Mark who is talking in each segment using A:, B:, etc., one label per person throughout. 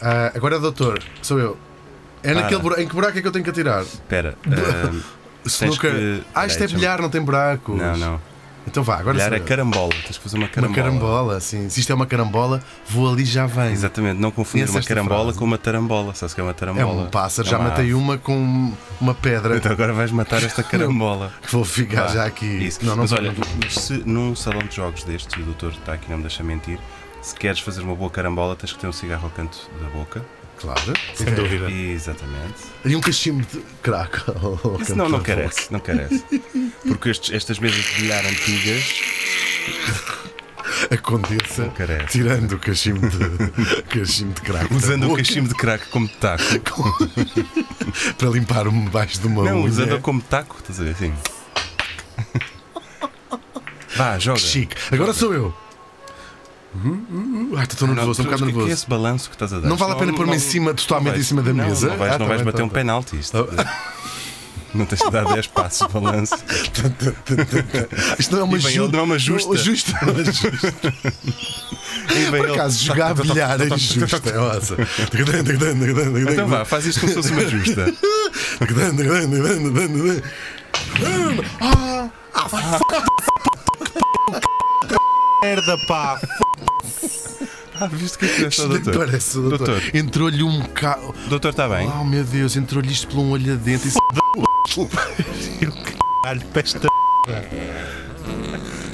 A: Ah, agora, doutor, sou eu. É naquele buraco, em que buraco é que eu tenho que atirar?
B: Espera. ah,
A: Snooker.
B: que-
A: Ah, isto é
B: peraí, deixa-me-
A: bilhar, não tem buracos.
B: não, não.
A: Então vá, agora
B: Olhar
A: sou
B: a
A: eu.
B: carambola. Tens que fazer uma
A: Uma
B: carambola.
A: carambola, sim. Se isto é uma carambola, vou ali e já vem.
B: Exatamente. Não confundir
A: Conheço
B: uma
A: esta
B: carambola
A: frase.
B: com uma tarambola. Sabes o que é uma
A: É
B: tarambola?
A: um pássaro,
B: É
A: já
B: uma
A: matei
B: ave.
A: uma com uma pedra.
B: Então agora vais matar esta carambola.
A: que vou ficar
B: Vá,
A: já aqui.
B: Isso.
A: Não, não
B: mas
A: tô-
B: olha, mas se num salão de jogos destes, e o doutor está aqui, não me deixa mentir, se queres fazer uma boa carambola, tens que ter um cigarro ao canto da boca.
A: Claro, sem dúvida.
B: Exatamente.
A: E um cachimbo de crack. Oh,
B: Isso não, não carece, não carece. Porque estes- estas mesas de bilhar antigas.
A: A condessa,
B: Não carece. é-
A: tirando o cachimbo de, cachimbo de crack.
B: Usando
A: da
B: o
A: boca
B: cachimbo de crack como taco.
A: Para limpar o baixo de uma
B: Não, é
A: unha.
B: usando-o como taco, estás a ver? Sim. Vá, joga.
A: Chique. Agora sou eu. Uhum, uhum. Ai, estou tão nervoso, estou um bocado
B: tu- o que é que é
A: nervoso.
B: esse balanço que estás a dar?
A: Não vale a pena pôr-me em cima, totalmente em cima da
B: não,
A: mesa?
B: Não vais,
A: Ah,
B: não
A: tá
B: vais
A: bem,
B: bater
A: tá
B: um
A: bem.
B: penalti. Isto. é- Não tens de dar 10 passos de balanço.
A: Isto não é uma
B: E bem,
A: ju-
B: ele não é uma justa.
A: Não, justa. não é justa. Por acaso, jogar
B: Tá,
A: a bilhar é injusto. É massa.
B: Então vá, faz isto como se fosse uma justa.
A: Ah, ah, vai
C: Merda, pá!
B: Ah, viste o que é que é só,
A: Isto nem
B: doutor?
A: parece, doutor.
B: Doutor.
A: Entrou-lhe um carro.
B: Doutor, está bem?
A: Oh meu Deus, entrou-lhe isto por um olho adentro. Isso...
C: Caralho, peste.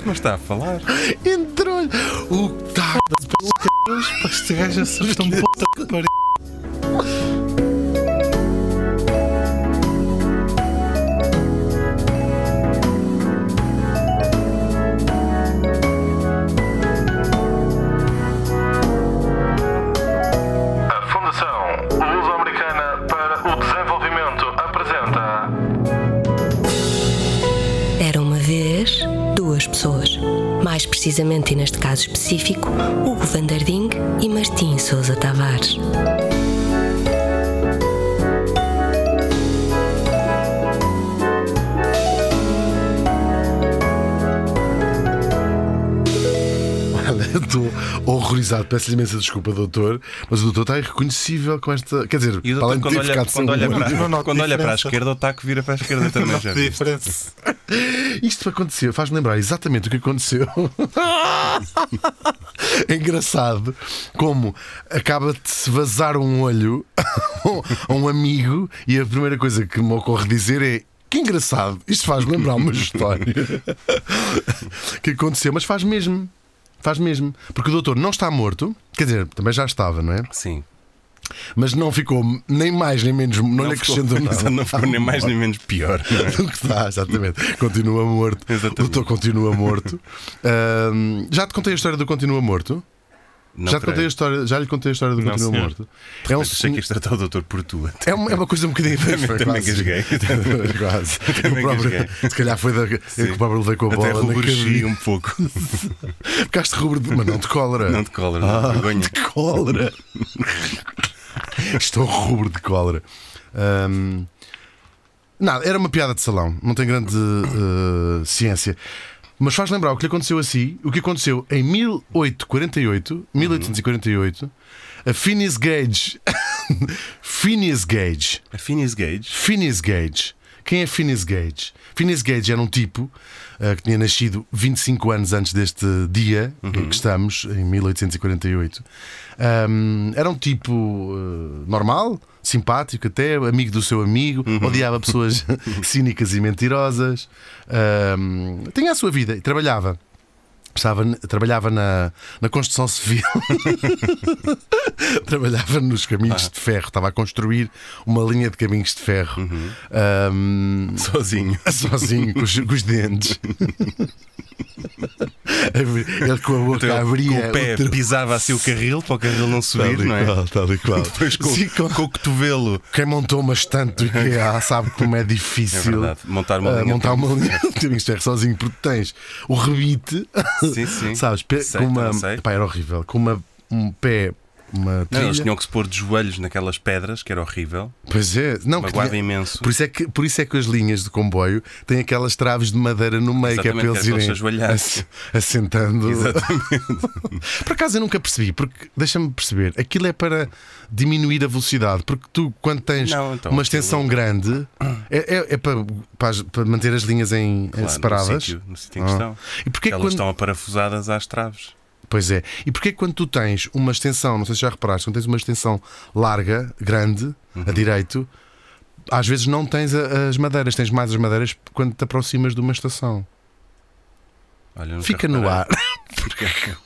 B: Não está a falar.
A: Entrou-lhe o carro.
C: Pá, este gajo assustou um puta que pariu.
D: A Fundação Luso-Americana para o Desenvolvimento apresenta
E: Era uma vez duas pessoas. Mais precisamente, e neste caso específico, Hugo Vandarding e Martim Sousa Tavares.
A: Olha, eu Estou horrorizado. Peço-lhe imensa desculpa, doutor. Mas o doutor está irreconhecível com esta. Quer dizer,
B: E o
A: para
B: doutor,
A: além de
B: quando
A: ter
B: olha,
A: ficado sem um
B: quando olha
A: olho.
B: para,
C: Não noto
B: quando olha para a
C: diferença.
B: esquerda, o taco vira para a esquerda também.
C: Não
B: Já
C: tem
B: viste?
C: diferença.
A: Isto aconteceu, faz-me lembrar exatamente o que aconteceu. É engraçado como acaba de se vazar um olho a um amigo e a primeira coisa que me ocorre dizer é. Que engraçado, isto faz-me lembrar uma história que aconteceu, mas faz mesmo, faz mesmo, porque o doutor não está morto, quer dizer, também já estava, não é?
B: Sim.
A: Mas não ficou nem mais nem menos, não, lhe
B: ficou-
A: acrescentou nada.
B: Exato, não ficou nem mais nem menos pior. é?
A: Do que está, exatamente. Continua morto.
B: Exatamente.
A: O doutor continua morto. Ahm, já te contei a história do continua morto?
B: Não,
A: já, te contei a
B: peraí.
A: história, já lhe contei a história do
B: Não,
A: continua
B: senhor.
A: morto. É, um,
B: Mas achei que ias tratar o doutor por tu até.
A: é, uma, é uma coisa um bocadinho
B: também engasguei.
A: Quase.
B: Também
A: O próprio-
B: engasguei.
A: se calhar foi da, é que o próprio levei com a
B: Até
A: bola na
B: ruboresci
A: cabeça.
B: um pouco.
A: Ficaste rubro de. Mas não de cólera.
B: Não de cólera, não de vergonha.
A: de cólera. Estou rubro de cólera. Ahm, nada, era uma piada de salão, não tem grande eh, ciência. Mas faz lembrar o que lhe aconteceu a si, o que aconteceu em 1848, 1848, a Phineas Gage. Phineas Gage.
B: A Phineas Gage.
A: Phineas Gage. Quem é Phineas Gage? Phineas Gage era um tipo ah, que tinha nascido 25 anos antes deste dia em que estamos, em 1848. Ahm, era um tipo ah, normal, simpático até, amigo do seu amigo, odiava pessoas cínicas e mentirosas. Ahm, tinha a sua vida e trabalhava. Estava, trabalhava na, na construção civil, trabalhava nos caminhos de ferro, estava a construir uma linha de caminhos de ferro Ahm,
B: Sozinho.
A: sozinho, com os, com os dentes. Ele com a boca
B: Então,
A: abria
B: com o pé
A: tro-
B: pisava assim o carril para o carril não
A: Tal
B: subir,
A: e
B: não é?
A: qual, tal e qual.
B: Depois com,
A: Sim, com-
B: com o cotovelo.
A: Quem montou uma estante do IKEA sabe como é
B: É
A: difícil.
B: verdade. Montar uma
A: ah,
B: linha. um
A: montar uma linha de caminhos de ferro sozinho, porque tens o rebite
B: Sim, sim.
A: Sabes, pe-
B: Sei,
A: com
B: também
A: uma.
B: sei.
A: Pá, era horrível. Com uma, um pé uma
B: Não, eles
A: trilha.
B: tinham que se pôr de joelhos naquelas pedras, que era horrível.
A: Pois é, não, que
B: Magoava
A: tinha-
B: imenso.
A: Por isso, é que, por isso é que as linhas de comboio têm aquelas traves de madeira no meio, que é para
B: Exatamente,
A: eles
B: que é para
A: irem
B: eles se ajoelharem.
A: ass- assentando.
B: Exatamente.
A: Por acaso eu nunca percebi, porque deixa-me perceber, aquilo é para diminuir a velocidade, porque tu, quando tens
B: Não, então,
A: uma extensão grande, é, é- é para, para as- para manter as linhas em, em
B: Lá, no
A: separadas.
B: sítio- No sítio em
A: Ah.
B: questão.
A: E porquê
B: Porque elas
A: quando...
B: estão aparafusadas às traves.
A: Pois é. E porquê quando tu tens uma extensão, não sei se já reparaste, quando tens uma extensão larga, grande,
B: Uhum.
A: a direito, às vezes não tens a- as madeiras, tens mais as madeiras quando te aproximas de uma estação.
B: Olha, nunca
A: Fica no
B: reparei.
A: ar.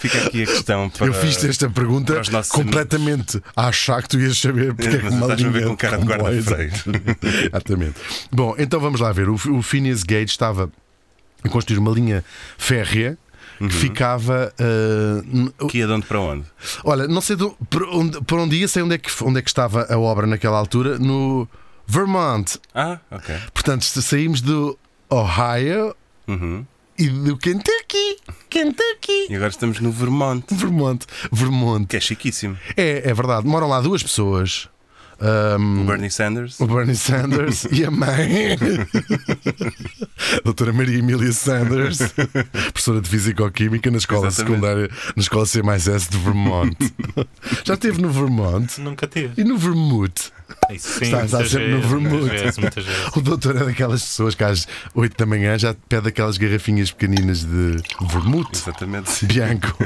B: Fica aqui a questão para.
A: Eu fiz-te esta pergunta
B: para os nossos
A: completamente a achar que tu ias saber porque é que
B: Mas
A: uma
B: estás-me a ver
A: linha
B: com cara de
A: comboio-
B: guarda-freio.
A: Exatamente. Bom, então vamos lá ver. O, o Phineas Gage estava a construir uma linha férrea
B: Uhum.
A: que ficava ah, n-
B: Que ia é de onde para onde?
A: Olha, não sei do- por, onde, por onde ia, sei onde é, que, onde é que estava a obra naquela altura, no Vermont.
B: Ah, ok.
A: Portanto, se saímos do Ohio
B: Uhum.
A: e do Kentucky. Kentucky!
B: E agora estamos no Vermont,
A: Vermont. Vermont.
B: que é chiquíssimo.
A: É, é verdade, moram lá duas pessoas.
B: O
A: Ahm,
B: Bernie Sanders.
A: o Bernie Sanders e a mãe, doutora Maria Emília Sanders, professora de Físico-Química na escola
B: Exatamente.
A: secundária, na escola C mais S de Vermont. Já esteve no Vermont
C: Nunca teve.
A: e no Vermouth.
C: Ai, Ah, Sim,
A: Está- está
C: muitas
A: sempre no
C: vezes,
A: vermute.
C: Muitas vezes, muitas vezes.
A: O doutor é daquelas pessoas que às 8 da manhã já pede aquelas garrafinhas pequeninas de vermute
B: Exatamente.
A: bianco.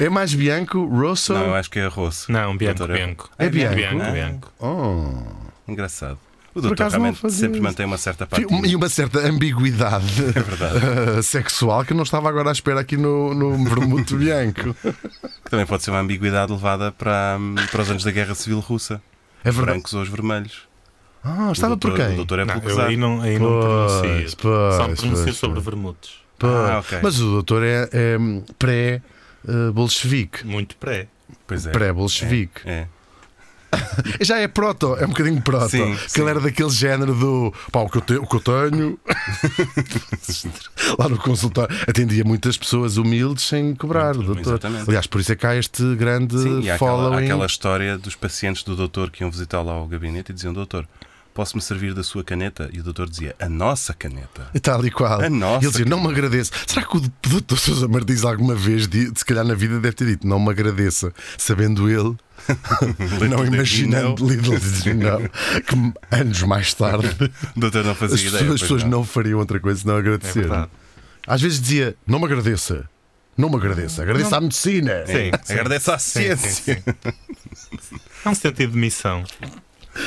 A: É mais bianco, rosso?
B: Não, eu acho que é Rosso.
C: Não, um Bianco,
B: Doutor, é-
C: Bianco.
A: É Bianco?
C: Bianco,
B: Ah.
C: Bianco.
A: Oh.
B: Engraçado. O doutor
A: acaso não
B: realmente
A: fazia
B: sempre
A: isso.
B: mantém uma certa parte.
A: E uma certa ambiguidade
B: É verdade.
A: eh, sexual que eu não estava agora à espera aqui no, no vermute bianco.
B: Também pode ser uma ambiguidade levada para, hum, para os anos da Guerra Civil Russa.
A: É verdade.
B: Brancos ou os vermelhos.
A: Ah, estava
B: o doutor,
A: por quem?
B: O doutor é
C: Não,
B: pelo
C: eu
B: pesar.
C: aí não, aí não
A: Pois,
C: pronuncio.
A: pois,
C: Só me pronuncio
A: pois,
C: sobre
A: pois.
C: vermutes.
A: Pá.
B: Ah, ok.
A: Mas o doutor é, é pré-bolchevique.
C: Muito pré.
B: Pois é.
A: Pré-bolchevique.
B: É.
A: Já é proto, é um bocadinho proto.
B: Sim,
A: que
B: sim.
A: ele era daquele género do pá, o que eu, te- o que eu tenho. Lá no consultório atendia muitas pessoas humildes sem cobrar,
B: Muito,
A: doutor.
B: exatamente.
A: Aliás, por isso é que há este grande
B: Sim, e há aquela, há
A: following.
B: aquela história dos pacientes do doutor que iam visitar lá ao gabinete e diziam: Doutor, posso-me servir da sua caneta? E o doutor dizia: A nossa caneta.
A: E tal e qual.
B: A nossa,
A: E ele dizia, não me agradeço. Será que o doutor Sousa Martins alguma vez, di- se calhar na vida, deve ter dito, não me agradeça, sabendo ele, não
B: did
A: imaginando,
B: you
A: little did you know, que anos mais tarde
B: O doutor não fazia
A: as
B: ideia.
A: pessoas, as
B: pois
A: pessoas não. fariam outra coisa senão
C: É
A: agradecer.
C: verdade.
A: Às vezes dizia, não me agradeça, não me agradeça, agradeça à medicina.
C: Sim, sim.
B: Agradece à
C: Sim,
B: ciência.
C: sim, sim. Há um sentido de missão.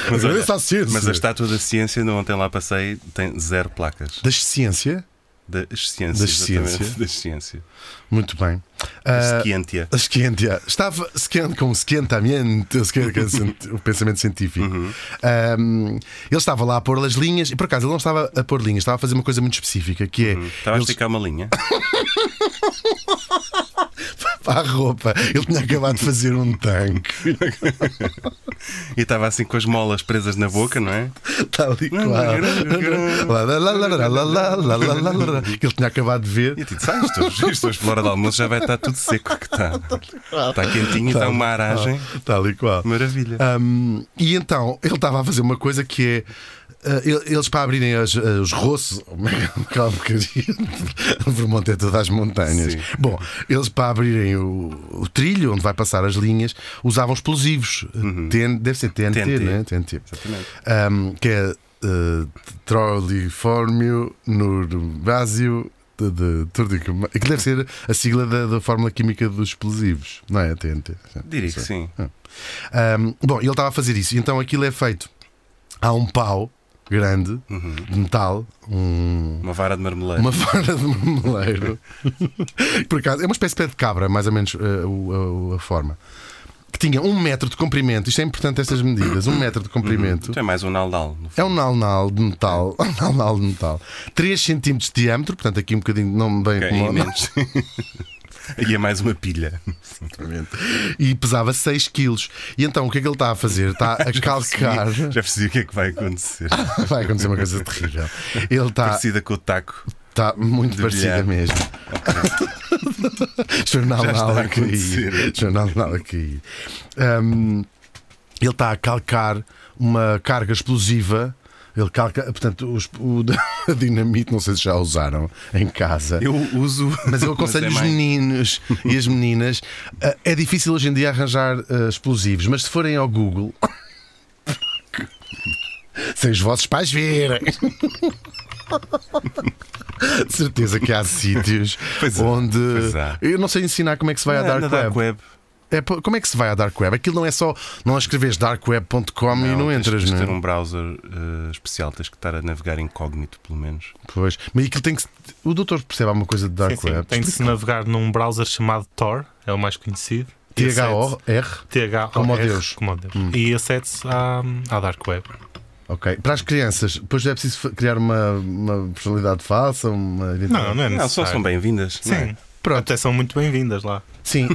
B: Mas, olha,
A: Agradeça à ciência.
B: mas a estátua da ciência, no ontem lá passei, tem zero placas.
A: Da ciência?
B: Das ciências.
A: Das
B: exatamente,
A: ciências.
B: Das ciências.
A: Muito bem.
B: Uh...
A: Ah, Esquentia. Estava esquente com esquentamento, esquenta- o pensamento científico. Um, ele estava lá a pôr as linhas, e por acaso ele não estava a pôr linhas, estava a fazer uma coisa muito específica, que é
B: Estava a
A: ele
B: esticar uma linha.
A: para a roupa. Ele tinha acabado de fazer um tanque,
B: E estava assim com as molas presas na boca, não é?
A: tal e qual. Lá, lá, lá, lá, lá, lá, lá, lá, lá, lá, lá, que Ele tinha acabado de
B: E eu
A: ver.
B: disse, sai, isto, hoje- isto hoje pela hora do almoço já vai estar tudo seco que está. Está quentinho, está uma
A: Tá.
B: aragem.
A: Tal e qual.
B: Maravilha.
A: Um, e então ele estava a fazer uma coisa que é. uh, ele- eles para abrirem as- uh, os roços, calma um bocadinho, o Vermont é todas as montanhas.
B: Sim.
A: Bom, eles para abrirem o, o trilho onde vai passar as linhas usavam explosivos. TN deve ser TNT,
B: TNT.
A: né? TNT.
B: Exatamente.
A: Um, que é uh, troliformio nurvásio de, de turdicum- que deve ser a sigla da, da fórmula química dos explosivos, não é? TNT.
B: Diria que sim.
A: Ah. Um, bom, ele estava a fazer isso. Então aquilo é feito. Há um pau grande de metal, um-
B: Uma vara de marmelada.
A: uma vara de marmeleiro. Por acaso, é uma espécie de pé de cabra, mais ou menos eh, o- a, a forma. Que tinha um metro de comprimento. Isto é importante, estas medidas. Um metro de comprimento.
B: Então é mais um naldal. no
A: É
B: fundo.
A: um nal-nal de metal. Um nal-nal de metal. 3 cm de diâmetro, portanto aqui um bocadinho não me bem
B: Ok,
A: como-
B: e menos. E é mais uma pilha.
A: E pesava 6 kg. E então o que é que ele está a fazer? Está a calcar. Ah.
B: Já percebi o que é que vai acontecer.
A: Vai acontecer uma coisa terrível. Ele está
B: Parecida com o taco.
A: tá muito
B: de
A: parecida
B: bilhar.
A: mesmo. Jornal
B: Já está
A: nada
B: a
A: a cair.
B: acontecer. é tipo.
A: Jornal nada a cair. Hum, ele está a calcar uma carga explosiva. Ele calca, portanto, os- o, a dinamite, não sei se já a usaram em casa.
B: Eu uso.
A: Mas eu aconselho
B: é
A: os
B: mais-
A: meninos e as meninas. Ah, É difícil hoje em dia arranjar ah, explosivos, mas se forem ao Google. sem os vossos pais verem. De certeza que há sítios
B: Pois é,
A: onde.
B: pois é.
A: Eu não sei ensinar como é que se vai à
B: Na-
A: Dark
B: na
A: Web.
B: Dark Web.
A: É, pô, como é que se vai à Dark Web? Aquilo não é só. Não escreves darkweb.com e não
B: tens-
A: entras,
B: tens de
A: não é?
B: ter um browser eh, especial, tens que estar a navegar incógnito, pelo menos.
A: Pois. Mas aquilo tem que. se- O doutor percebe alguma coisa de Dark
C: Sim, sim.
A: Web?
C: Tem de se navegar num browser chamado Tor, é o mais conhecido. e acede-
A: T-H-O-R?
C: TH
A: Como Deus.
C: Como Deus. E acede-se à, à Dark Web.
A: Ok. Para as crianças, depois é preciso fa- criar uma, uma personalidade falsa, uma identidade.
C: Não, não é necessário.
B: Não, só são bem-vindas. não é?
C: Sim. Até são muito bem-vindas lá.
A: Sim.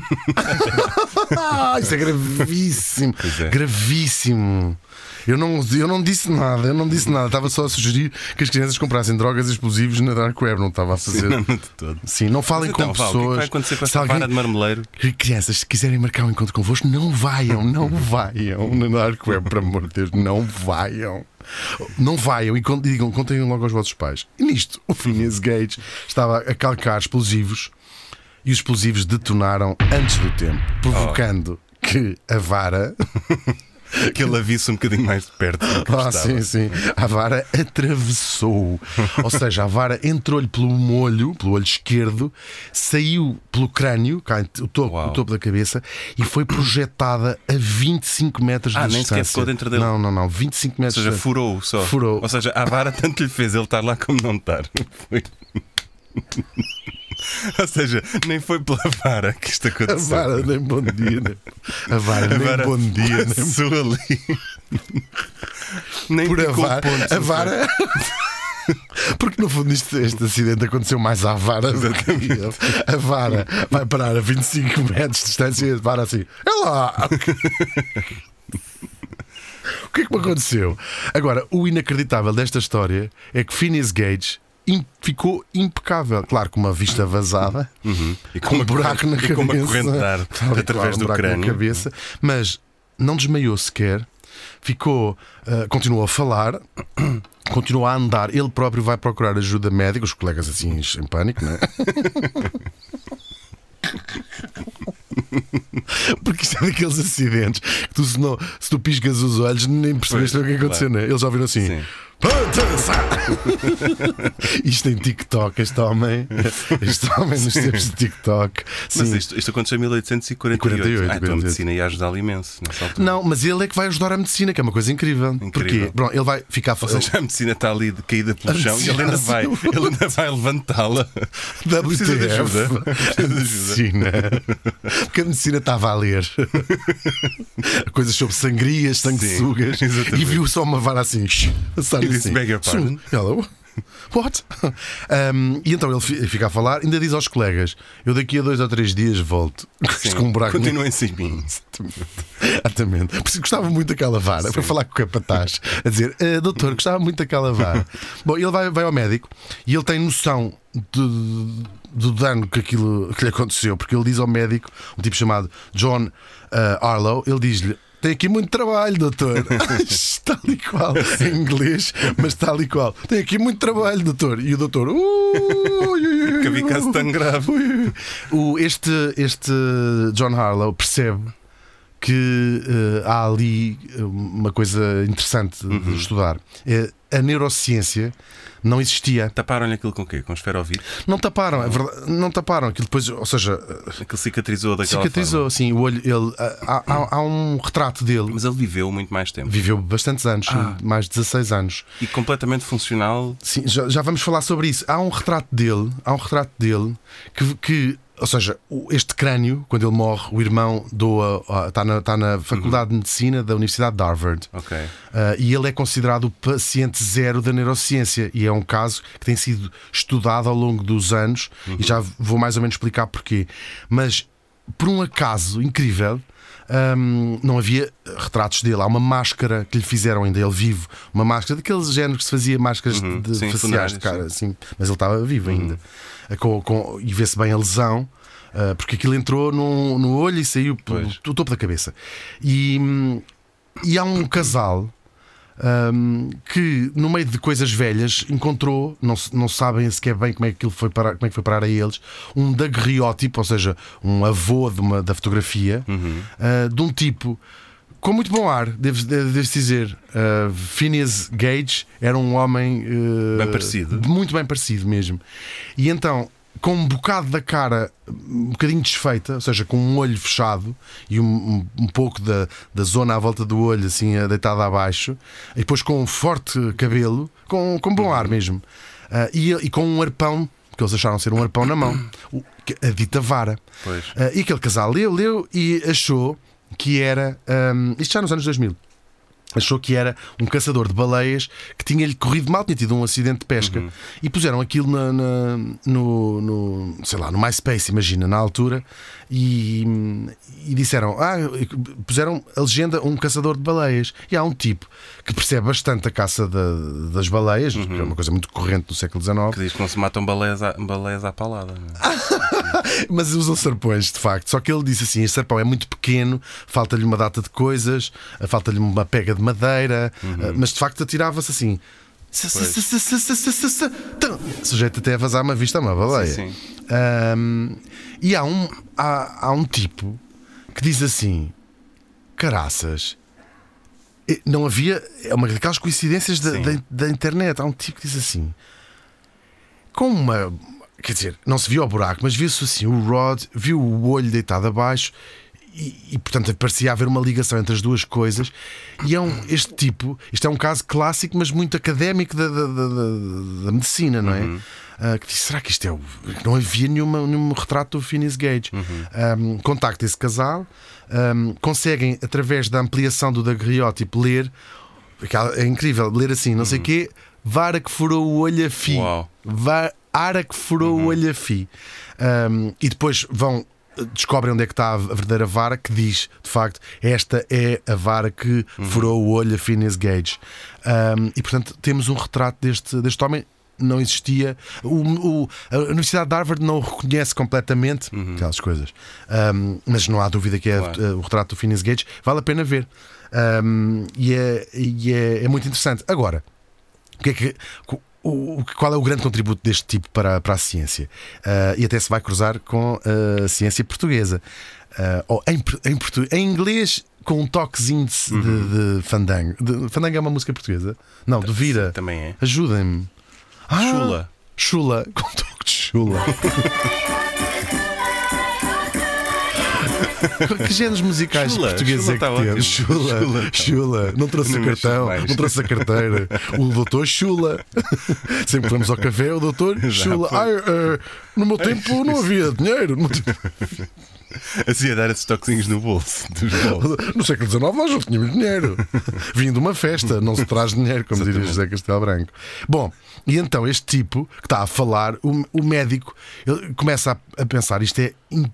A: Ah, Isso é gravíssimo.
B: Pois é.
A: Gravíssimo. Eu não, eu não disse nada, eu não disse nada. Estava só a sugerir que as crianças comprassem drogas e explosivos na Dark Web, não estava a fazer.
B: Não, não de todo.
A: Sim, não falem
B: Mas então,
A: com
B: vá, O que é que vai
A: pessoas.
B: acontecer com
A: Se
B: esta
A: alguém-
B: vara de marmeleiro?
A: Que Crianças, se quiserem marcar um encontro convosco, não vaiam, não vaiam na Dark Web, por amor de Deus, não vaiam. Não vaiam e con- digam, contem logo aos vossos pais. E nisto, o Phineas Gates estava a calcar explosivos e os explosivos detonaram antes do tempo, provocando que a vara,
B: Que ele a visse um bocadinho mais de perto. do que
A: Ah,
B: estava.
A: sim, sim, a vara atravessou. Ou seja, a vara entrou-lhe pelo molho, pelo olho esquerdo, saiu pelo crânio, cá, em- o topo,
B: Uau.
A: o topo da cabeça, e foi projetada a 25 metros de
B: Ah, nem
A: distância.
B: sequer ficou dentro dele.
A: Não, não, não, 25
B: Ou
A: metros.
B: seja,
A: de-
B: furou só.
A: Furou.
B: Ou seja, a vara tanto lhe fez ele estar lá como não estar. Foi. Ou seja, nem foi pela vara que isto
A: A
B: aconteceu.
A: vara nem bom dia, nem... A vara nem
B: vara
A: bom dia, nem
B: passou ali. nem
A: por a
B: picou
A: vara.
B: pontos,
A: a vara. Porque no fundo isto- este acidente aconteceu mais à vara do que a ele. A vara vai parar a 25 metros de distância e a vara assim. É lá! O que é que me aconteceu? Agora, o inacreditável desta história é que Phineas Gage im- ficou impecável. Claro, com uma vista vazada,
B: Uhum. E
A: com um buraco na
B: e
A: cabeça.
B: com uma corrente de ar
A: Tal e qual,
B: através
A: um
B: do
A: buraco na
B: crânio.
A: cabeça, mas não desmaiou sequer. Ficou, ah, continuou a falar, continuou a andar. Ele próprio vai procurar ajuda médica, os colegas assim em pânico, não é? Porque isto é daqueles acidentes que tu, se, não, se tu piscas os olhos, nem percebeste
B: Pois,
A: o que aconteceu, não é? Eles ouviram assim:
B: Sim.
A: "Pantança!" Isto em TikTok, este homem, este homem nos tempos de TikTok.
B: Mas
A: Sim.
B: isto, isto aconteceu em 1848.
A: 48,
B: ah, então a
A: 48.
B: medicina ia ajudá-lo imenso nessa altura.
A: Não, mas ele é que vai ajudar a medicina, que é uma coisa incrível. Porquê? Pronto, ele vai ficar
B: Ou
A: fazendo
B: seja, a medicina está ali de caída
A: A
B: pelo chão e
A: medicina
B: ele ainda vai,
A: assim,
B: ele ainda vai levantá-la. Precisa de ajuda.
A: WTF.
B: Precisa de ajuda.
A: Medicina. Porque a medicina estava a ler coisas sobre sangrias, sanguessugas
B: Sim, exatamente.
A: e viu só uma vara assim. Sabe
B: E disse,
A: assim.
B: "Beg your pardon."
A: Hello. "Oh, What? Um, e então ele fi- fica a falar, ainda diz aos colegas: Eu daqui a dois ou três dias volto. Isto com um buraco no
B: Continuem assim. sem mim.
A: Exatamente. Por isso gostava muito daquela vara. Foi falar com o capataz a dizer: "Ah, Doutor, gostava muito daquela vara. Bom, ele vai, vai ao médico e ele tem noção de- do dano que aquilo que lhe aconteceu, porque ele diz ao médico, um tipo chamado John ah, Arlow, ele diz-lhe. Tem aqui muito trabalho, doutor. tal e qual. Em inglês, mas tal e qual. Tem aqui muito trabalho, doutor. E o doutor. "Ui, ui, ui, ui,
B: Que havia caso tão grave.
A: Ui, ui. O, este, este John Harlow percebe que eh, há ali eh, uma coisa interessante
B: Uhum.
A: de estudar. Eh, a neurociência não existia.
B: Taparam-lhe aquilo com o quê? Com esferovite?
A: Não taparam, é verdade, não taparam aquilo depois, ou seja, eh,
B: Aquilo cicatrizou daquela
A: cicatrizou assim o olho. Ele, há, há- há um retrato
B: forma.
A: dele.
B: Mas Ah. ele viveu muito mais tempo.
A: Viveu bastantes anos, mais de 16 anos.
B: E completamente funcional.
A: Sim, já, já vamos falar sobre isso. Há um retrato dele, há um retrato dele que, que ou seja, o- este crânio, quando ele morre, o irmão doa, ó, está na, está na Faculdade de Medicina da Universidade de Harvard.
B: Ok.
A: Ah, e ele é considerado o paciente zero da neurociência e é um caso que tem sido estudado ao longo dos
B: Uhum.
A: anos e já vou mais ou menos explicar porquê. Mas por um acaso incrível, hum, não havia retratos dele. Há uma máscara que lhe fizeram ainda, ele vivo. Uma máscara daqueles géneros que se fazia máscaras
B: Uhum,
A: de
B: sim,
A: faciais
B: Uhum.
A: de
B: funerárias,
A: cara, assim, mas ele estava vivo ainda. Com- com- e vê-se bem a lesão. ah, porque aquilo entrou no, no olho e saiu pelo
B: Pois.
A: do topo da cabeça. E, hum, e há um casal hum, que, no meio de coisas velhas, encontrou, não, se- não sabem sequer bem como é, que aquilo foi parar, como é que foi parar a eles, um daguerreótipo, ou seja, um avô de uma, da fotografia,
B: Uhum.
A: ah, de um tipo. Com muito bom ar, devo- devo- devo-se dizer. Ah, Phineas Gage era um homem. eh,
B: Bem parecido.
A: Muito bem parecido mesmo. E então, com um bocado da cara um bocadinho desfeita, ou seja, com um olho fechado e um, um- um pouco da, da zona à volta do olho, assim, eh, deitada abaixo, e depois com um forte cabelo, com, com bom ar mesmo, Ah, e, e com um arpão, que eles acharam ser um arpão na mão, o- que- é a dita vara.
B: Pois.
A: Ah, e aquele casal leu, leu e achou que era, ahm, isto já nos anos 2000, achou que era um caçador de baleias que tinha-lhe corrido mal, tinha tido um acidente de pesca. E puseram aquilo na, na- no, no, sei lá, no MySpace, imagina, na altura, e, e disseram, ah, puseram a legenda um caçador de baleias. E há um tipo que percebe bastante a caça da- das baleias, que é uma coisa muito corrente do século XIX,
B: Que diz que não se matam baleias à, baleias à palada. não é?
A: Mas usam sarpões, de facto. Só que ele disse assim: este sarpão é muito pequeno, falta-lhe uma data de coisas, eh, falta-lhe uma pega de madeira,
B: Uhum.
A: eh, mas de facto atirava-se assim. Sa- sa- sa- sa- sa- sa- sa- sa- sa- tum. Sujeito até a vazar uma vista a uma baleia.
B: Sim, sim.
A: Ahm, e há um, há, há um tipo que diz assim: caraças. eh, Não havia. É uma daquelas coincidências da,
B: Sim.
A: da, da internet. Há um tipo que diz assim: com uma. Quer dizer, não se viu ao buraco, mas viu-se assim o Rod, viu o olho deitado abaixo e, e, portanto, parecia haver uma ligação entre as duas coisas. E é um, este tipo, isto é um caso clássico, mas muito académico da, da- da- da- da medicina, não é? Ah, que disse, será que isto é. o- Não havia nenhuma, nenhum retrato do Phineas Gage. Ahm, contacta esse casal, ahm, conseguem, através da ampliação do daguerreótipo, ler. aquela- É incrível, ler assim, não sei o quê, vara que furou o olho a fio.
B: Uau.
A: Va- Ara que furou o olho a fi. Um, e depois vão descobrem onde é que está a verdadeira vara que diz, de facto, esta é a vara que furou o olho a Phineas Gage. Um, e portanto temos um retrato deste, deste homem. Não existia. O- o- a Universidade de Harvard não o reconhece completamente, aquelas coisas. Um, mas não há dúvida que é
B: Claro.
A: eh, o retrato do Phineas Gage. Vale a pena ver. Um, e é, e é- é muito interessante. Agora, o que é que- co- o- o- qual é o grande contributo deste tipo para, para a ciência? Ah, e até se vai cruzar com ah, a ciência portuguesa. Ah, ou em, por- em, portu- em inglês, com um toquezinho de, de- de fandango. De- fandango é uma música portuguesa? Não, de vira.
B: Também é.
A: Ajudem-me. Ah,
B: Então, Chula.
A: Chula, com um toque de chula. que géneros musicais
B: Chula,
A: portugueses
B: chula
A: é que
B: tá
A: temos?
B: ótimo.
A: Chula, chula,
B: Chula, tá.
A: Não trouxe
B: Não
A: o
B: mexo
A: cartão,
B: mais.
A: não trouxe a carteira. O doutor Chula. Sempre que vamos ao café, o doutor Chula.
B: foi.
A: Ai, eh, no meu tempo não havia dinheiro. No meu tempo-
B: Assim a dar esses toquezinhos no bolso. Dos bolsos.
A: No século XIX nós não tínhamos dinheiro. Vim de uma festa, não se traz dinheiro, como diria
B: Exatamente.
A: José Castelo Branco. Bom, e então este tipo que está a falar, o, o médico, ele começa a, a pensar: isto é in-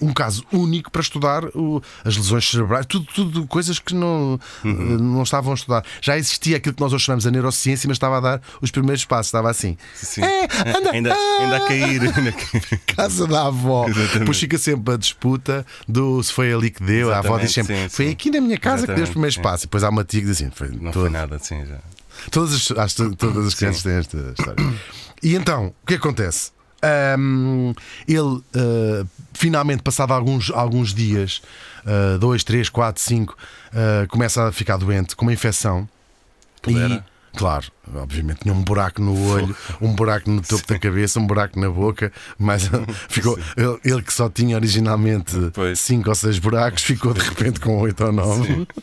A: um caso único para estudar o- as lesões cerebrais, tudo, tudo coisas que não,
B: Uhum.
A: eh, não estavam a estudar. Já existia aquilo que nós hoje chamamos a neurociência, mas estava a dar os primeiros passos, estava assim.
B: Sim.
A: É, anda, ah,
B: Ainda, ainda a cair. ainda a cair.
A: casa da avó. Pois fica sempre a disputa do se foi ali que deu. a avó diz
B: Exatamente,
A: sempre:
B: sim,
A: foi
B: sim.
A: aqui na minha casa que deu os
B: Exatamente,
A: primeiros
B: sim.
A: passos. E depois há uma tia que diz assim: foi,
B: Não
A: todo-
B: foi nada assim já.
A: Todas as, acho que todas as crianças têm esta história. E então, o que é que acontece? Ahm, ele, ah, finalmente, passado alguns, alguns dias, ah, 2, 3, 4, 5, ah, começa a ficar doente com uma infecção.
B: Aquilo
A: E,
B: era?
A: Claro, obviamente tinha um buraco no olho, um buraco no topo da cabeça, um buraco na boca, mas ficou ele, ele que só tinha originalmente
B: Pois.
A: 5 ou 6 buracos, ficou de repente com 8 ou 9.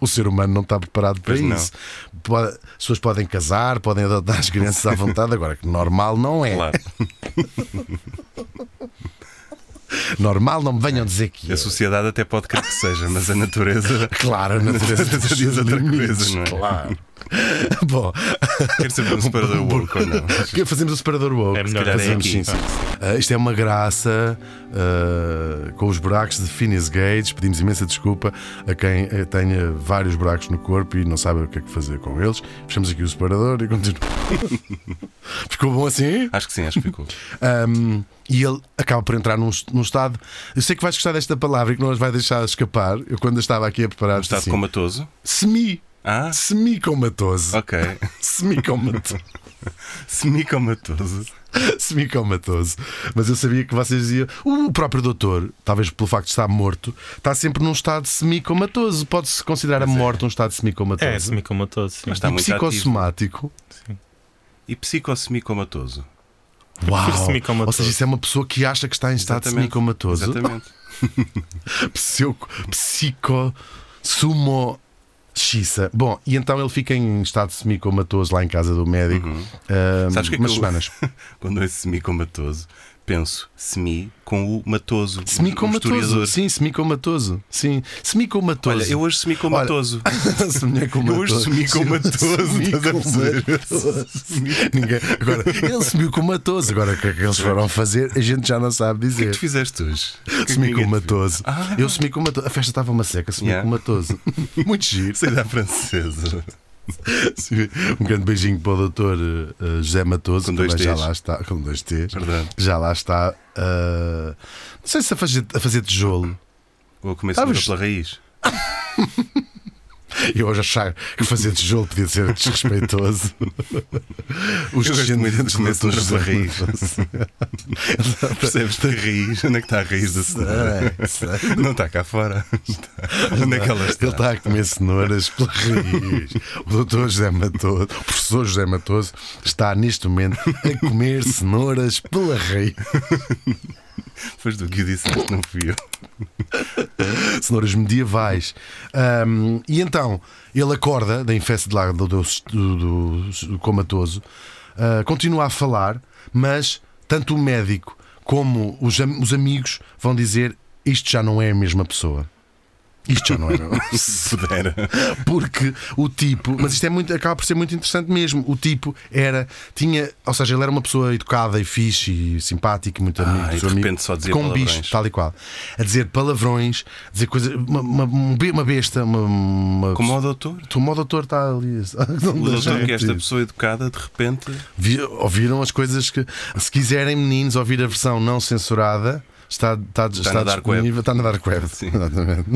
A: O ser humano não está preparado para
B: Pois não.
A: isso. Pode- as pessoas podem casar, podem adotar as crianças à vontade, agora que normal não é.
B: Claro.
A: Normal não me venham dizer que é.
B: A sociedade até pode crer que seja, mas a natureza.
A: Claro, a natureza
B: A natureza
A: dos seus
B: diz outra
A: limites,
B: coisa, não é?
A: Claro. Bom,
B: Quer saber um separador woke ou não?
A: fazemos o separador woke.
C: É
A: se
C: melhor
A: calhar
C: é
A: fazemos,
B: aqui.
A: sim, sim. Ah, isto é uma graça ah, com os buracos de Phineas Gates. Pedimos imensa desculpa a quem eh, tenha vários buracos no corpo e não sabe o que é que fazer com eles. Fechamos aqui o separador e continuamos. Ficou bom assim?
B: Acho que sim, acho que ficou.
A: Um, e ele acaba por entrar num, num estado. Eu sei que vais gostar desta palavra e que não as vai deixar escapar. Eu, quando estava aqui a preparar,
B: Um estado
A: assim,
B: comatoso.
A: semi,
B: Ah,
A: semi-comatoso.
B: ok.
A: Semi-comatoso.
B: Semicomatoso.
A: Semicomatoso. Mas eu sabia que vocês diziam. O próprio doutor, talvez pelo facto de estar morto, está sempre num estado semicomatoso. Pode-se considerar a morte um estado semicomatoso.
C: É, semicomatoso. Sim.
B: Mas é. está
A: e
B: muito ativo.
A: psicossomático.
B: E psicosemicomatoso.
A: Uau!
C: semicomatoso.
A: Ou seja, isso é uma pessoa que acha que está em estado
B: Exatamente.
A: semicomatoso.
B: Exatamente.
A: Psico, psico sumo xissa. Bom, e então ele fica em estado semicomatoso lá em casa do médico ah,
B: Uhum. Sabes o que é que
A: umas
B: eu-
A: semanas.
B: Quando eu ouço semicomatoso, penso semi com o matoso. um
A: Semicomatoso,
B: historiador.
A: sim, semicomatoso. Sim, semicomatoso.
B: Olha, eu hoje semicomatoso. Eu hoje sumi com matoso, estás a perceber?
A: Ninguém... Agora, ele sumiu com matoso. Agora, o que é que eles foram fazer? A gente já não sabe
B: O que é que
A: dizer.
B: tu fizeste hoje?
A: Sumi com
B: Ninguém te viu.
A: matoso.
B: Ah.
A: Eu sumi com matoso. A festa estava uma seca, sumi
B: Yeah.
A: com matoso. Muito giro.
B: Sei da francesa.
A: Sim. Um grande beijinho para o doutor eh, José Matoso,
B: Com
A: que
B: dois
A: também já
B: Ts.
A: lá está, com dois T's,
B: Verdade.
A: que já lá está. eh, não sei se a fazer, a fazer tijolo.
B: Ou a comer cenoura
A: Sabes-
B: pela raiz.
A: Eu hoje achar que fazer tijolo podia ser desrespeitoso. Os
B: Eu gosto muito de
A: descendentes do doutor
B: comer cenoura pela
A: José
B: raiz.
A: Matoso.
B: Percebes? Da raiz. Onde é que está a raiz da cenoura?
A: Sei, sei.
B: Não está cá fora. Está. Onde é que ela
A: Ele
B: está?
A: está a comer cenouras pela raiz. O doutor José Matoso, o professor José Matoso, está neste momento a comer cenouras pela raiz.
B: Depois do que eu disseste, não fui eu.
A: cenouras medievais. Ahm, e então ele acorda da infesta de lá do, do, do- do comatoso, ah, continua a falar, mas tanto o médico como os, am- os amigos vão dizer: Isto já não é a mesma pessoa. Isto já não é. a mesma
B: Se pudera.
A: porque o tipo, mas isto é muito, acaba por ser muito interessante mesmo. O tipo era, tinha, ou seja, ele era uma pessoa educada e fixe e simpática e muito
B: Ah,
A: amigo, dos
B: e de repente
A: amigos,
B: só dizia
A: com um
B: palavrões.
A: bicho, tal e qual, a dizer palavrões, a dizer coisas, uma, uma, um be- uma besta, uma. uma
B: Como ao doutor.
A: o meu doutor está ali. não
B: O
A: deixa
B: doutor que é esta
A: repetir.
B: pessoa educada, de repente.
A: Vi- ouviram as coisas que. Se quiserem, meninos, ouvir a versão não censurada. Está, está, está,
B: na Dark Web.
A: disponível, está na Dark Web.
B: Sim. é
A: Exatamente.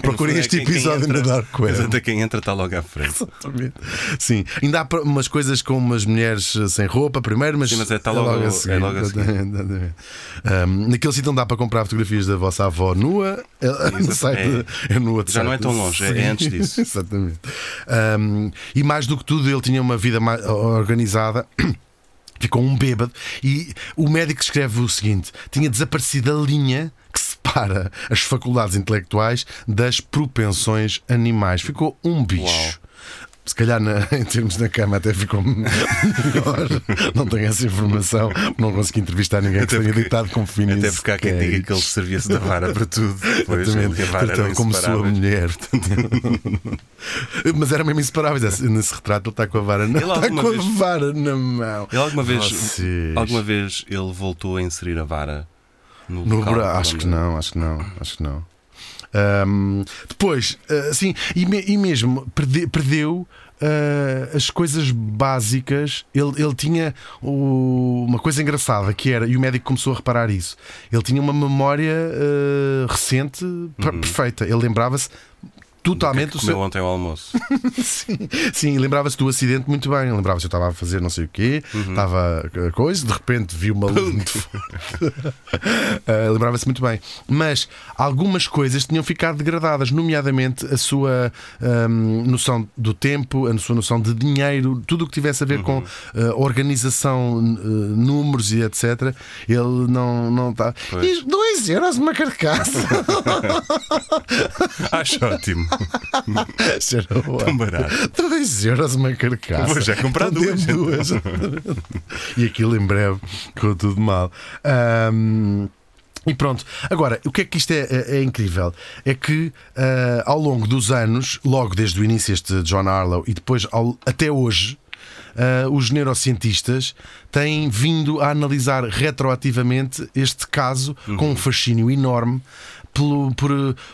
A: Procurem este
B: Quem- quem
A: episódio
B: entra-
A: na Dark Web.
B: Exato, quem entra está logo à frente.
A: Exatamente. Sim, ainda há pro- umas coisas com umas mulheres eh, sem roupa primeiro, mas,
B: Sim, mas é- tá logo- é logo a seguir.
A: Exatamente, exatamente. Ahm, naquele sítio onde dá para comprar fotografias da vossa avó nua, é, no
B: Exato,
A: site, de- é no outro
B: Já não
A: site.
B: é tão longe, é-
A: Sim.
B: é antes disso.
A: exatamente. Ahm, e mais do que tudo, ele tinha uma vida mais organizada. Ficou um bêbado e o médico escreve o seguinte: tinha desaparecido a linha que separa as faculdades intelectuais das propensões animais. Ficou um bicho.
B: Uau.
A: Se calhar na- em termos da cama até ficou melhor. não tenho essa informação, não consegui entrevistar ninguém que
B: Até
A: tenha
B: porque-
A: deitado com finis.
B: Até porque há quem diga que ele servia-se da vara para tudo. Pois,
A: é Exatamente.
B: ele e a vara
A: Portanto, é
B: eram
A: como sua
B: inseparáveis.
A: mulher. Mas era mesmo inseparáveis. Esse- Nesse retrato ele está com a vara na
B: Ele
A: Está
B: alguma
A: com a
B: vez-
A: vara na mão.
B: Ele alguma vez,
A: Vocês.
B: alguma vez ele voltou a inserir a vara no,
A: No
B: local
A: bra... Acho
B: onde-
A: que não, acho que não, acho que não. Ahm, depois, ah, assim, e, me- e mesmo perde- perdeu ah, as coisas básicas. Ele, ele tinha o- uma coisa engraçada que era, e o médico começou a reparar isso. Ele tinha uma memória ah, recente per- perfeita. Ele lembrava-se totalmente
B: Uhum. é que
A: do
B: comeu
A: seu.
B: ontem ao almoço.
A: Sim, sim lembrava-se do acidente muito bem. Lembrava-se que eu estava a fazer não sei o quê, estava a coisa, de repente vi uma luz de fora. Ah, lembrava-se muito bem. Mas algumas coisas tinham ficado degradadas, nomeadamente a sua ahm, noção do tempo, a sua noção de dinheiro, tudo o que tivesse a ver com ah, organização, n- ah, números e etc. Ele não não está.
B: Pois.
A: E dois euros uma carcaça.
B: Acho ótimo. Tão barato.
A: 2 euros uma carcaça.
B: Vou já comprar
A: Então
B: duas,
A: dê-me duas. e aquilo em breve ficou tudo mal. Ahm, E pronto. Agora, o que é que isto é, é- é incrível? É que ah, ao longo dos anos, logo desde o início, este John Arlow e depois ao- até hoje, ah, os neurocientistas têm vindo a analisar retroativamente este caso
B: Uhum.
A: com um fascínio enorme pelo, por,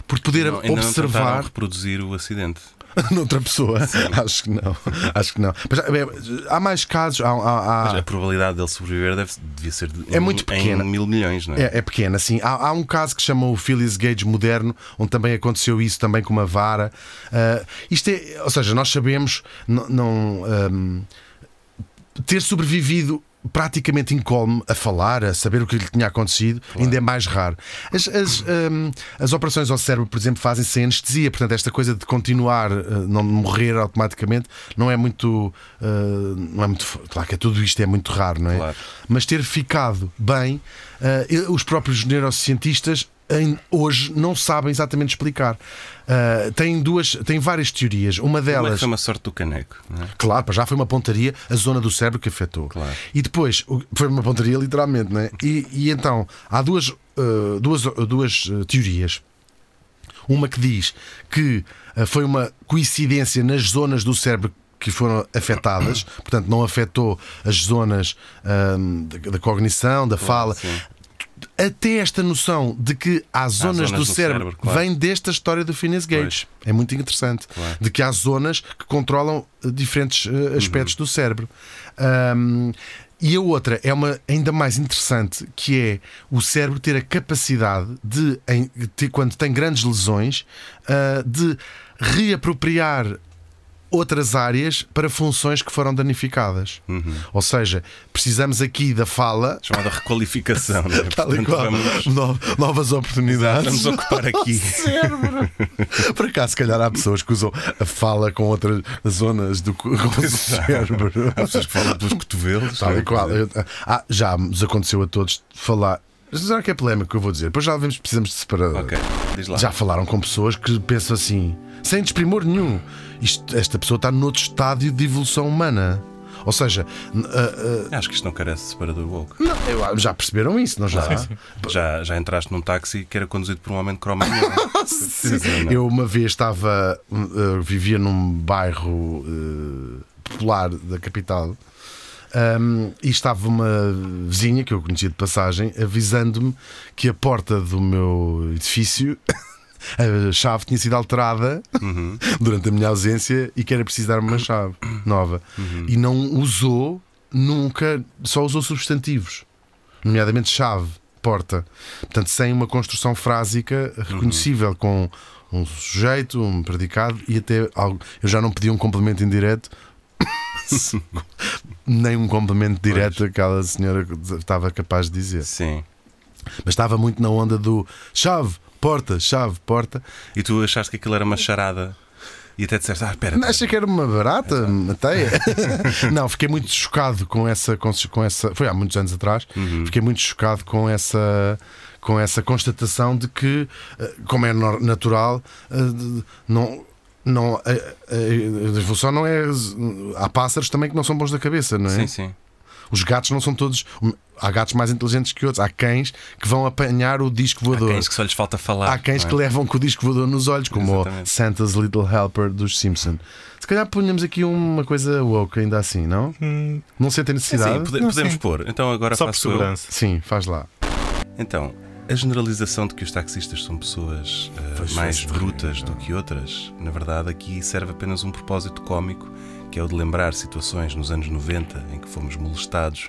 A: por poder
B: Não, ainda não tentaram
A: observar
B: reproduzir o acidente.
A: noutra pessoa. Acho que não. Acho que não. Mas, é, há mais casos. Há, há- há-
B: Mas a probabilidade dele sobreviver deve, devia ser de,
A: Ah. É
B: em-
A: muito pequena.
B: em mil milhões, não é?
A: É, é pequeno, assim. Há, há um caso que chama o Phyllis Gage moderno, onde também aconteceu isso, também com uma vara. Ah, isto é, ou seja, nós sabemos n- não hum, ahm, ter sobrevivido praticamente incólume a falar, a saber o que lhe tinha acontecido, ainda é mais raro. As, as, ahm, as operações ao cérebro, por exemplo, fazem sem anestesia, portanto, esta coisa de continuar, ah, não morrer automaticamente, não é muito. ah, não é muito f- claro que é, tudo isto é muito raro, não é?
B: Claro.
A: mas ter ficado bem, eh, eu- os próprios neurocientistas em- hoje não sabem exatamente explicar. Eh, tem duas, tem várias teorias. Uma
B: Como é que
A: delas,
B: foi uma sorte do caneco, não é?
A: claro, pá, já foi uma pontaria, a zona do cérebro que afetou.
B: Claro.
A: E depois o- foi uma pontaria literalmente, né? E, e então há duas, eh, duas, duas eh, teorias. Uma que diz que eh, foi uma coincidência nas zonas do cérebro que foram afetadas, portanto, não afetou as zonas ahm, da, da cognição, da fala.
B: sim.
A: Até esta noção de que há zonas,
B: zonas
A: do,
B: do
A: cérebro,
B: cérebro, claro.
A: vem desta história do Phineas Gage. É muito interessante. De que há zonas que controlam eh, diferentes eh, aspectos
B: Uhum.
A: do cérebro. Ahm, e a outra é uma ainda mais interessante, que é o cérebro ter a capacidade de, em- de, quando tem grandes lesões, ah, de reapropriar outras áreas para funções que foram danificadas.
B: Uhum.
A: Ou seja, precisamos aqui da fala.
B: Chamada requalificação, não é?
A: Tal e
B: Portanto,
A: qual,
B: vamos,
A: no- novas oportunidades.
B: vamos ocupar aqui.
A: Por acaso, se calhar há pessoas que usam a fala com outras zonas do cu- com o cérebro.
B: Há pessoas que falam dos cotovelos.
A: Tal
B: não é?
A: e qual. Eu- ah, já nos aconteceu a todos falar. Será que é polémico o que eu vou dizer? Depois já vemos, precisamos de separar.
B: Ok, diz lá.
A: Já falaram com pessoas que pensam assim, sem desprimor nenhum, isto- esta pessoa está noutro estádio de evolução humana. Ou seja, n- ah,
B: Acho que isto não carece de separador woke.
A: ah, não, eu- já perceberam isso, não já?
B: Já, já entraste num táxi que era conduzido por um homem de croma é?
A: Sim. Eu uma vez estava, hum, eh, vivia num bairro eh, popular da capital hum, e estava uma vizinha que eu conhecia de passagem avisando-me que a porta do meu edifício. A chave tinha sido alterada durante a minha ausência e que era preciso dar-me uma chave nova. E não usou nunca, só usou substantivos nomeadamente chave, porta. Portanto, sem uma construção frásica reconhecível, com um sujeito, um predicado e até algo. Eu já não pedi um complemento indireto. Nem um complemento direto aquela senhora que estava capaz de dizer.
B: Sim.
A: Mas estava muito na onda do chave, porta, chave, porta.
B: E tu achaste que aquilo era uma charada e até disseste, ah, espera, espera,
A: Achei que era uma barata, uma teia. não, fiquei muito chocado com essa, com, com essa. Foi há muitos anos atrás.
B: Uhum.
A: Fiquei muito chocado com essa. Com essa constatação de que, eh, como é nor- natural, eh, de- não, não, a, a- a evolução não é. Há pássaros também que não são bons da cabeça, não é?
B: Sim, sim.
A: Os gatos não são todos. hum, Há gatos mais inteligentes que outros. Há cães que vão apanhar o disco
B: Há
A: voador.
B: cães que só lhes falta falar.
A: Há cães
B: não é?
A: que levam com o disco voador nos olhos, como o
B: Exatamente.
A: Santa's Little Helper dos Simpson. Se calhar punhamos aqui uma coisa woke, ainda assim, não?
C: Hum,
A: Não sentem
B: É
A: necessidade?
B: assim, pode-
C: Não,
B: podemos
C: sim.
B: pôr. Então agora
C: só por
B: faço eu.
C: segurança.
A: Sim, faz lá.
B: Então, a generalização de que os taxistas são pessoas eh,
A: Pois,
B: mais
A: pois,
B: brutas do que outras, na verdade, aqui serve apenas um propósito cómico, que é o de lembrar situações nos anos 90 em que fomos molestados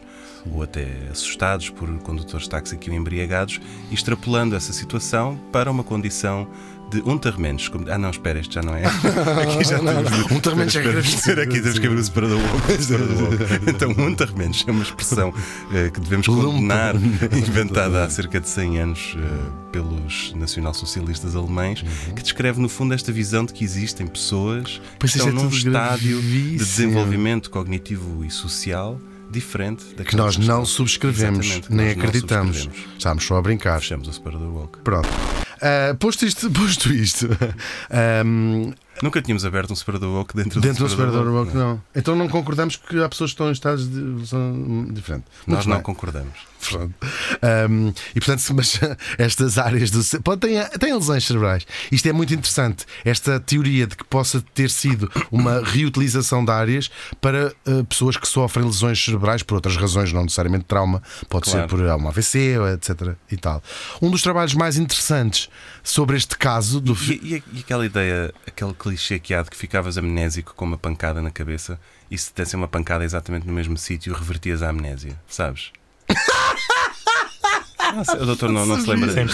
B: ou até assustados por condutores de táxi que iam embriagados, e extrapolando essa situação para uma condição de um menos. Como... Ah, não, espera, isto já não é. aqui já temos
A: Um termo já é
B: Espera,
A: grave.
B: dizer aqui, temos que abrir o separador woke, o separador woke. Então, unter menos é uma expressão eh, que devemos condenar, inventada há cerca de 100 anos eh, pelos nacionalsocialistas alemães, que descreve, no fundo, esta visão de que existem pessoas que
A: Uhum. Pois isto
B: estão
A: é
B: num
A: tudo
B: estádio de
A: gravíssimo.
B: desenvolvimento cognitivo e social diferente daqueles
A: Que nós não
B: estão.
A: subscrevemos,
B: Exatamente, que
A: nem
B: nós não
A: acreditamos.
B: subscrevemos.
A: Estávamos só a brincar.
B: Fechamos o separador woke.
A: Pronto. Ah, posto isto, posto isto ahm,
B: Nunca tínhamos aberto um separador woke dentro,
A: Dentro do separador
B: woke,
A: woke, não. Então não concordamos que há pessoas que estão em estados de, são diferentes.
B: Nós
A: Muito
B: não
A: bem.
B: concordamos.
A: Pronto. Um, e portanto, se- mas estas áreas do. cé- Pode, tem, tem lesões cerebrais. Isto é muito interessante. Esta teoria de que possa ter sido uma reutilização de áreas para eh, pessoas que sofrem lesões cerebrais por outras razões, não necessariamente trauma, pode
B: Claro.
A: ser por algum AVC, etc. e tal. Um dos trabalhos mais interessantes sobre este caso do. fi-
B: E, e- e aquela ideia, aquele clichê que há de que ficavas amnésico com uma pancada na cabeça e se te dessem uma pancada exatamente no mesmo sítio, revertias a amnésia, sabes? Não sei, o doutor não, não se lembra
C: Sim,
B: disso.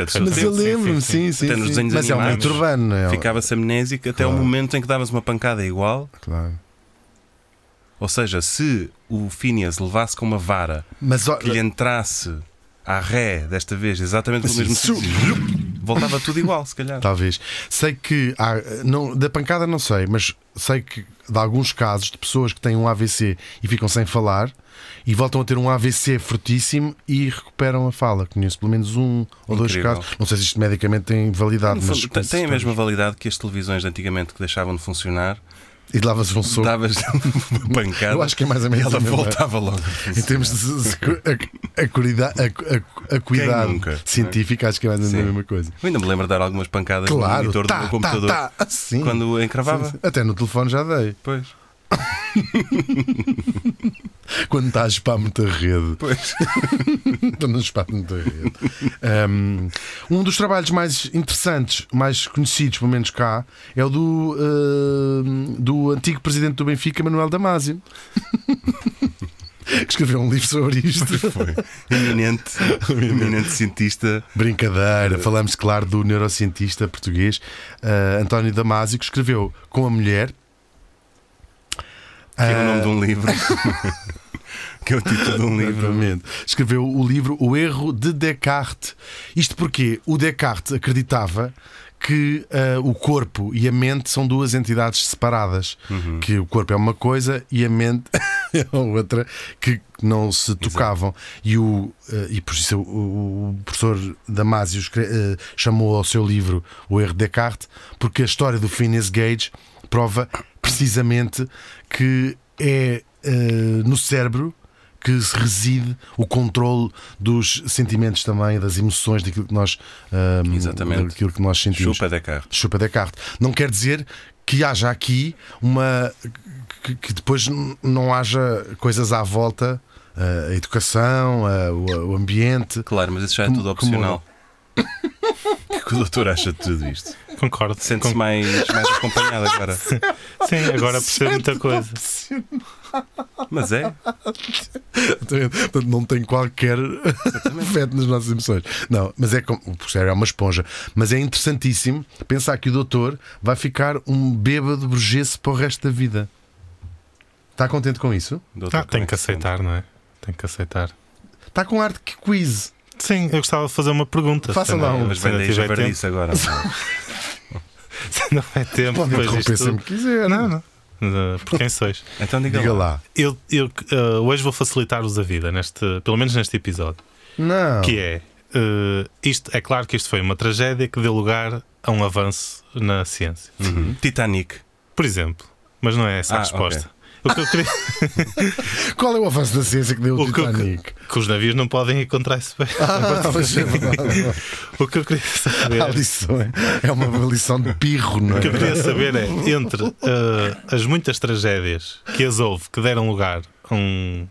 B: Isto é de
A: Mas
C: perfeitamente.
A: eu
C: Sim, sim,
A: lembro-me, sim,
C: sim.
A: sim.
B: Até
A: sim.
B: nos desenhos
A: Mas é um
B: animados,
A: muito urbano, não é?
B: Ficava-se amnésico até o
A: Claro.
B: momento em que davas uma pancada igual.
A: Claro.
B: Ou seja, se o Phineas levasse com uma vara
A: Mas, ó,
B: que lhe entrasse à ré desta vez, exatamente pelo
A: Assim,
B: mesmo
A: su-
B: sítio, voltava tudo igual, se calhar.
C: Tá,
A: Talvez. Sei que há- não, da pancada não sei, mas sei que de alguns casos de pessoas que têm um AVC e ficam sem falar e voltam a ter um AVC fortíssimo e recuperam a fala. Conheço pelo menos um ou dois
B: Incrível.
A: casos. Não sei se isto medicamente tem validade,
B: No
A: mas
B: fundo, tem- tem a mesma validade que as televisões de antigamente que deixavam de funcionar.
A: E lavas um soco.
B: Davas uma pancada.
A: Eu acho que é mais ou menos
B: Ela
A: a mesma-
B: voltava logo.
A: Em termos de a, a,
B: Quem nunca, não é?
A: científica, acho que é mais ou menos a
B: Sim.
A: mesma coisa.
B: Eu ainda me lembro de dar algumas pancadas no
A: Claro,
B: monitor do
A: tá,
B: meu computador
A: tá, tá. Sim.
B: quando encravava.
A: Sim, sim. Até no telefone já dei.
B: Pois,
A: Quando estás para muita rede.
B: pois.
A: Estou no espaço muito rede. Um, um dos trabalhos mais interessantes, mais conhecidos, pelo menos cá, é o do, eh, do antigo presidente do Benfica, Manuel Damasio. que escreveu um livro sobre isto.
B: Foi. Eminente, eminente cientista.
A: Brincadeira, falamos, claro, do neurocientista português eh, António Damasio, que escreveu com a mulher.
B: Que é o nome
A: ah,
B: de um livro. que é o título de um livro.
A: Exatamente. Escreveu o livro O Erro de Descartes. Isto porque o Descartes acreditava que ah, o corpo e a mente são duas entidades separadas. Que o corpo é uma coisa e a mente é outra que não se tocavam. E, o, ah, e por isso o, o professor Damasio escre- ah, chamou ao seu livro O Erro de Descartes, porque a história do Phineas Gage prova precisamente que é ah, no cérebro que se reside o controle dos sentimentos também, das emoções, daquilo que nós, ahm,
B: Exatamente.
A: daquilo que nós sentimos.
B: Chupa de carro.
A: Chupa Descartes. Não quer dizer que haja aqui uma. que, que depois n- não haja coisas à volta, ah, a educação, ah, o, o ambiente.
B: Claro, mas isso já é tudo
A: como-
B: opcional. O que é que o doutor acha de tudo isto?
C: Concordo.
B: Sente-se
C: Con-
B: mais, mais acompanhado agora.
C: Sim, agora percebo muita coisa.
B: Mas é?
A: Ah, Portanto, não tem qualquer afeto nas nossas emoções. Não, mas é como. O cérebro é uma esponja. Mas é interessantíssimo pensar que o doutor vai ficar um bêbado burgueso para o resto da vida. Está contente com isso?
B: Doutor,
C: Ah,
B: como é
C: tenho que
B: se sente?
C: aceitar, não é? Tenho que aceitar.
A: Está com arte que quiz.
C: Sim, eu gostava de fazer uma pergunta.
A: Faça
C: se
A: lá
C: não-
A: um.
B: Mas
C: se
B: vem
C: não
B: daí já
C: tiver
B: ver
C: tempo.
B: isso agora.
C: Se não é tempo,
A: Pode um
C: depois
A: interromper
C: disto-
A: sempre que quiser.
C: Não, não. Uh, Por quem sois?
B: Então diga,
A: Diga
B: lá.
A: lá.
C: Eu, eu, uh, hoje vou facilitar-vos a vida, neste, pelo menos neste episódio.
A: Não.
C: Que é. uh, isto, é claro que isto foi uma tragédia que deu lugar a um avanço na ciência.
B: Uhum.
A: Uhum.
B: Titanic.
C: Por exemplo. Mas não é essa a
B: Ah,
C: resposta. O que eu queria.
A: Qual é o avanço da ciência que deu o,
C: O que eu-
A: Titanic?
C: que os navios não podem encontrar-se bem.
A: Ah, mas é verdade.
C: O que eu queria saber.
A: Há lições. É uma lição de pirro, não
C: O
A: é?
C: que eu queria saber é, entre eh, as muitas tragédias que as houve, que deram lugar a um.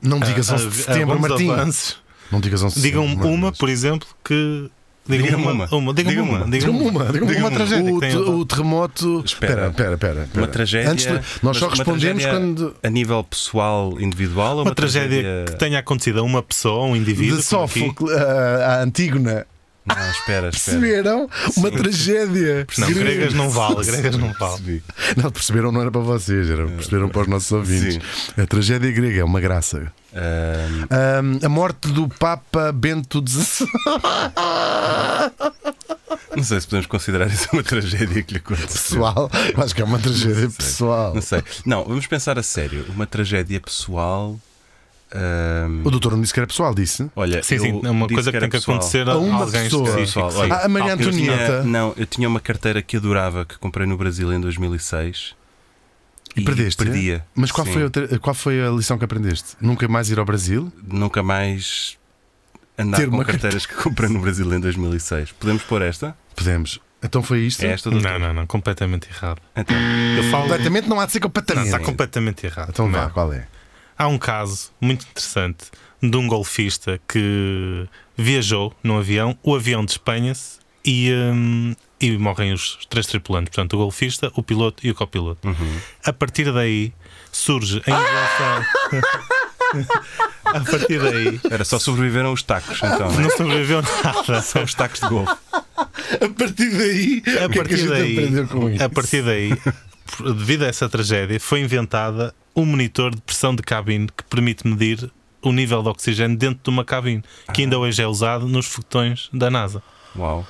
A: Não digas
C: a-
A: 11 de setembro,
C: bons
A: Martim.
C: avanços,
A: Não digas 11 de
C: digam
A: setembro.
C: uma,
A: Martim.
C: por exemplo, que.
B: Digam-me
C: Digam-me
B: uma.
C: uma. Digam-me
B: Digam-me
C: uma.
B: uma.
A: Diga-me uma, diga-me uma, tragédia.
C: que
A: O,
C: tem
A: te-
C: lugar.
A: o terremoto.
B: Espera.
A: espera, espera. espera.
B: Uma tragédia.
A: Antes de- nós
B: mas
A: só
B: uma
A: respondemos
B: tragédia
A: quando.
B: A nível pessoal, individual ou
C: Uma tragédia que tenha acontecido a uma pessoa, a um indivíduo.
A: De
C: como aqui.
A: Sófocles a à Antígona.
B: Não, espera, espera.
A: Perceberam? Uma tragédia.
C: Não,
A: grega.
C: gregas não vale, gregas não vale.
B: Percebi.
A: Não, perceberam, não era para vocês, era, perceberam para os nossos ouvintes. A tragédia grega é uma graça.
B: Ahm,
A: Ahm, a morte do Papa Bento XVI.
B: não sei se podemos considerar isso uma tragédia que lhe aconteceu.
A: Pessoal, eu acho que é uma tragédia pessoal.
B: Não sei. Não, vamos pensar a sério. Uma tragédia pessoal Ahm,
A: O doutor não disse que era pessoal, disse.
B: olha,
C: Sim, sim,
B: eu
C: é uma
B: disse
C: coisa que
B: era
C: tem que
B: pessoal.
C: acontecer a
A: A uma
C: alguém
A: pessoa.
C: específico.
B: Pessoal, olha,
C: sim.
A: a Maria
B: Eu tinha-
A: Antonieta.
B: não, eu tinha uma carteira que adorava que comprei no Brasil em 2006
A: E perdeste. né?
B: perdia.
A: Mas qual
B: Sim.
A: foi, a outra- qual foi a lição que aprendeste? Nunca mais ir ao Brasil?
B: Nunca mais andar
A: Ter
B: com
A: uma
B: carteiras que comprei no Brasil em 2006. Podemos pôr esta?
A: Podemos. Então foi isto?
B: É esta doutor?
C: Não, não, não, completamente errado.
B: Então,
C: Eu falo.
A: Completamente não há de ser
C: Não,
A: completamente.
C: está completamente errado.
A: Então vá,
C: Não.
A: qual é?
C: Há um caso muito interessante de um golfista que viajou num avião, o avião despenha-se e, hum, e morrem os três tripulantes, portanto, o golfista, o piloto e o copiloto. A partir daí surge em relação. A partir daí
B: era só sobreviveram os tacos, então.
C: não sobreviveu nada.
B: São os tacos de golfe.
A: A partir daí,
C: A
A: o que é que a
C: partir
A: gente
C: daí,
A: aprendeu com isso?
C: a partir daí, por- devido a essa tragédia, foi inventada um monitor de pressão de cabine que permite medir o nível de oxigênio dentro de uma cabine, que
A: Ah.
C: ainda hoje é usado nos foguetões da NASA.
B: Uau.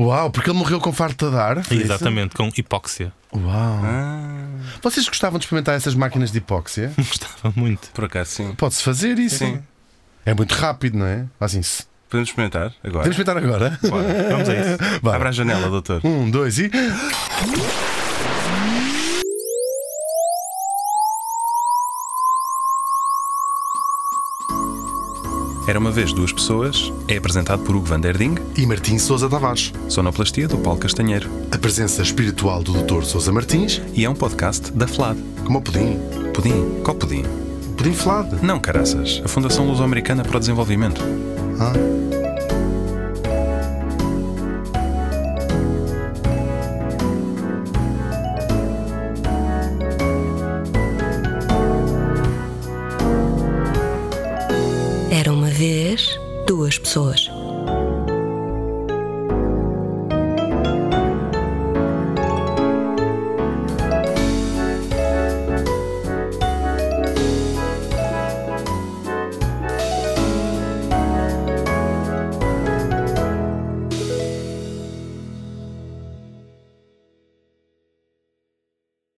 A: Uau, porque ele morreu com farto de dar? foi isso?
C: Exatamente, com hipóxia.
A: Uau.
B: Ah,
A: Vocês gostavam de experimentar essas máquinas de hipóxia?
C: Gostava muito.
B: por acaso sim.
A: Pode-se fazer isso?
B: Sim.
A: É muito rápido, não é? Assim, se-
B: Podemos experimentar agora.
A: podemos experimentar agora?
B: Bora.
C: Vamos a isso.
A: Vá.
B: Abra a janela, doutor.
A: Um, dois e.
B: Era uma vez duas pessoas. É apresentado por Hugo Van Der Ding,
A: E Martim Souza Tavares.
B: sonoplastia do Paulo Castanheiro.
A: A presença espiritual do Dr. Souza Martins,
B: E é um podcast da FLAD.
A: como o pudim.
B: Pudim? Qual pudim?
A: Pudim flado.
B: Não, caraças. A Fundação Luso-Americana para o Desenvolvimento.
A: Ah.
E: Era uma vez duas pessoas.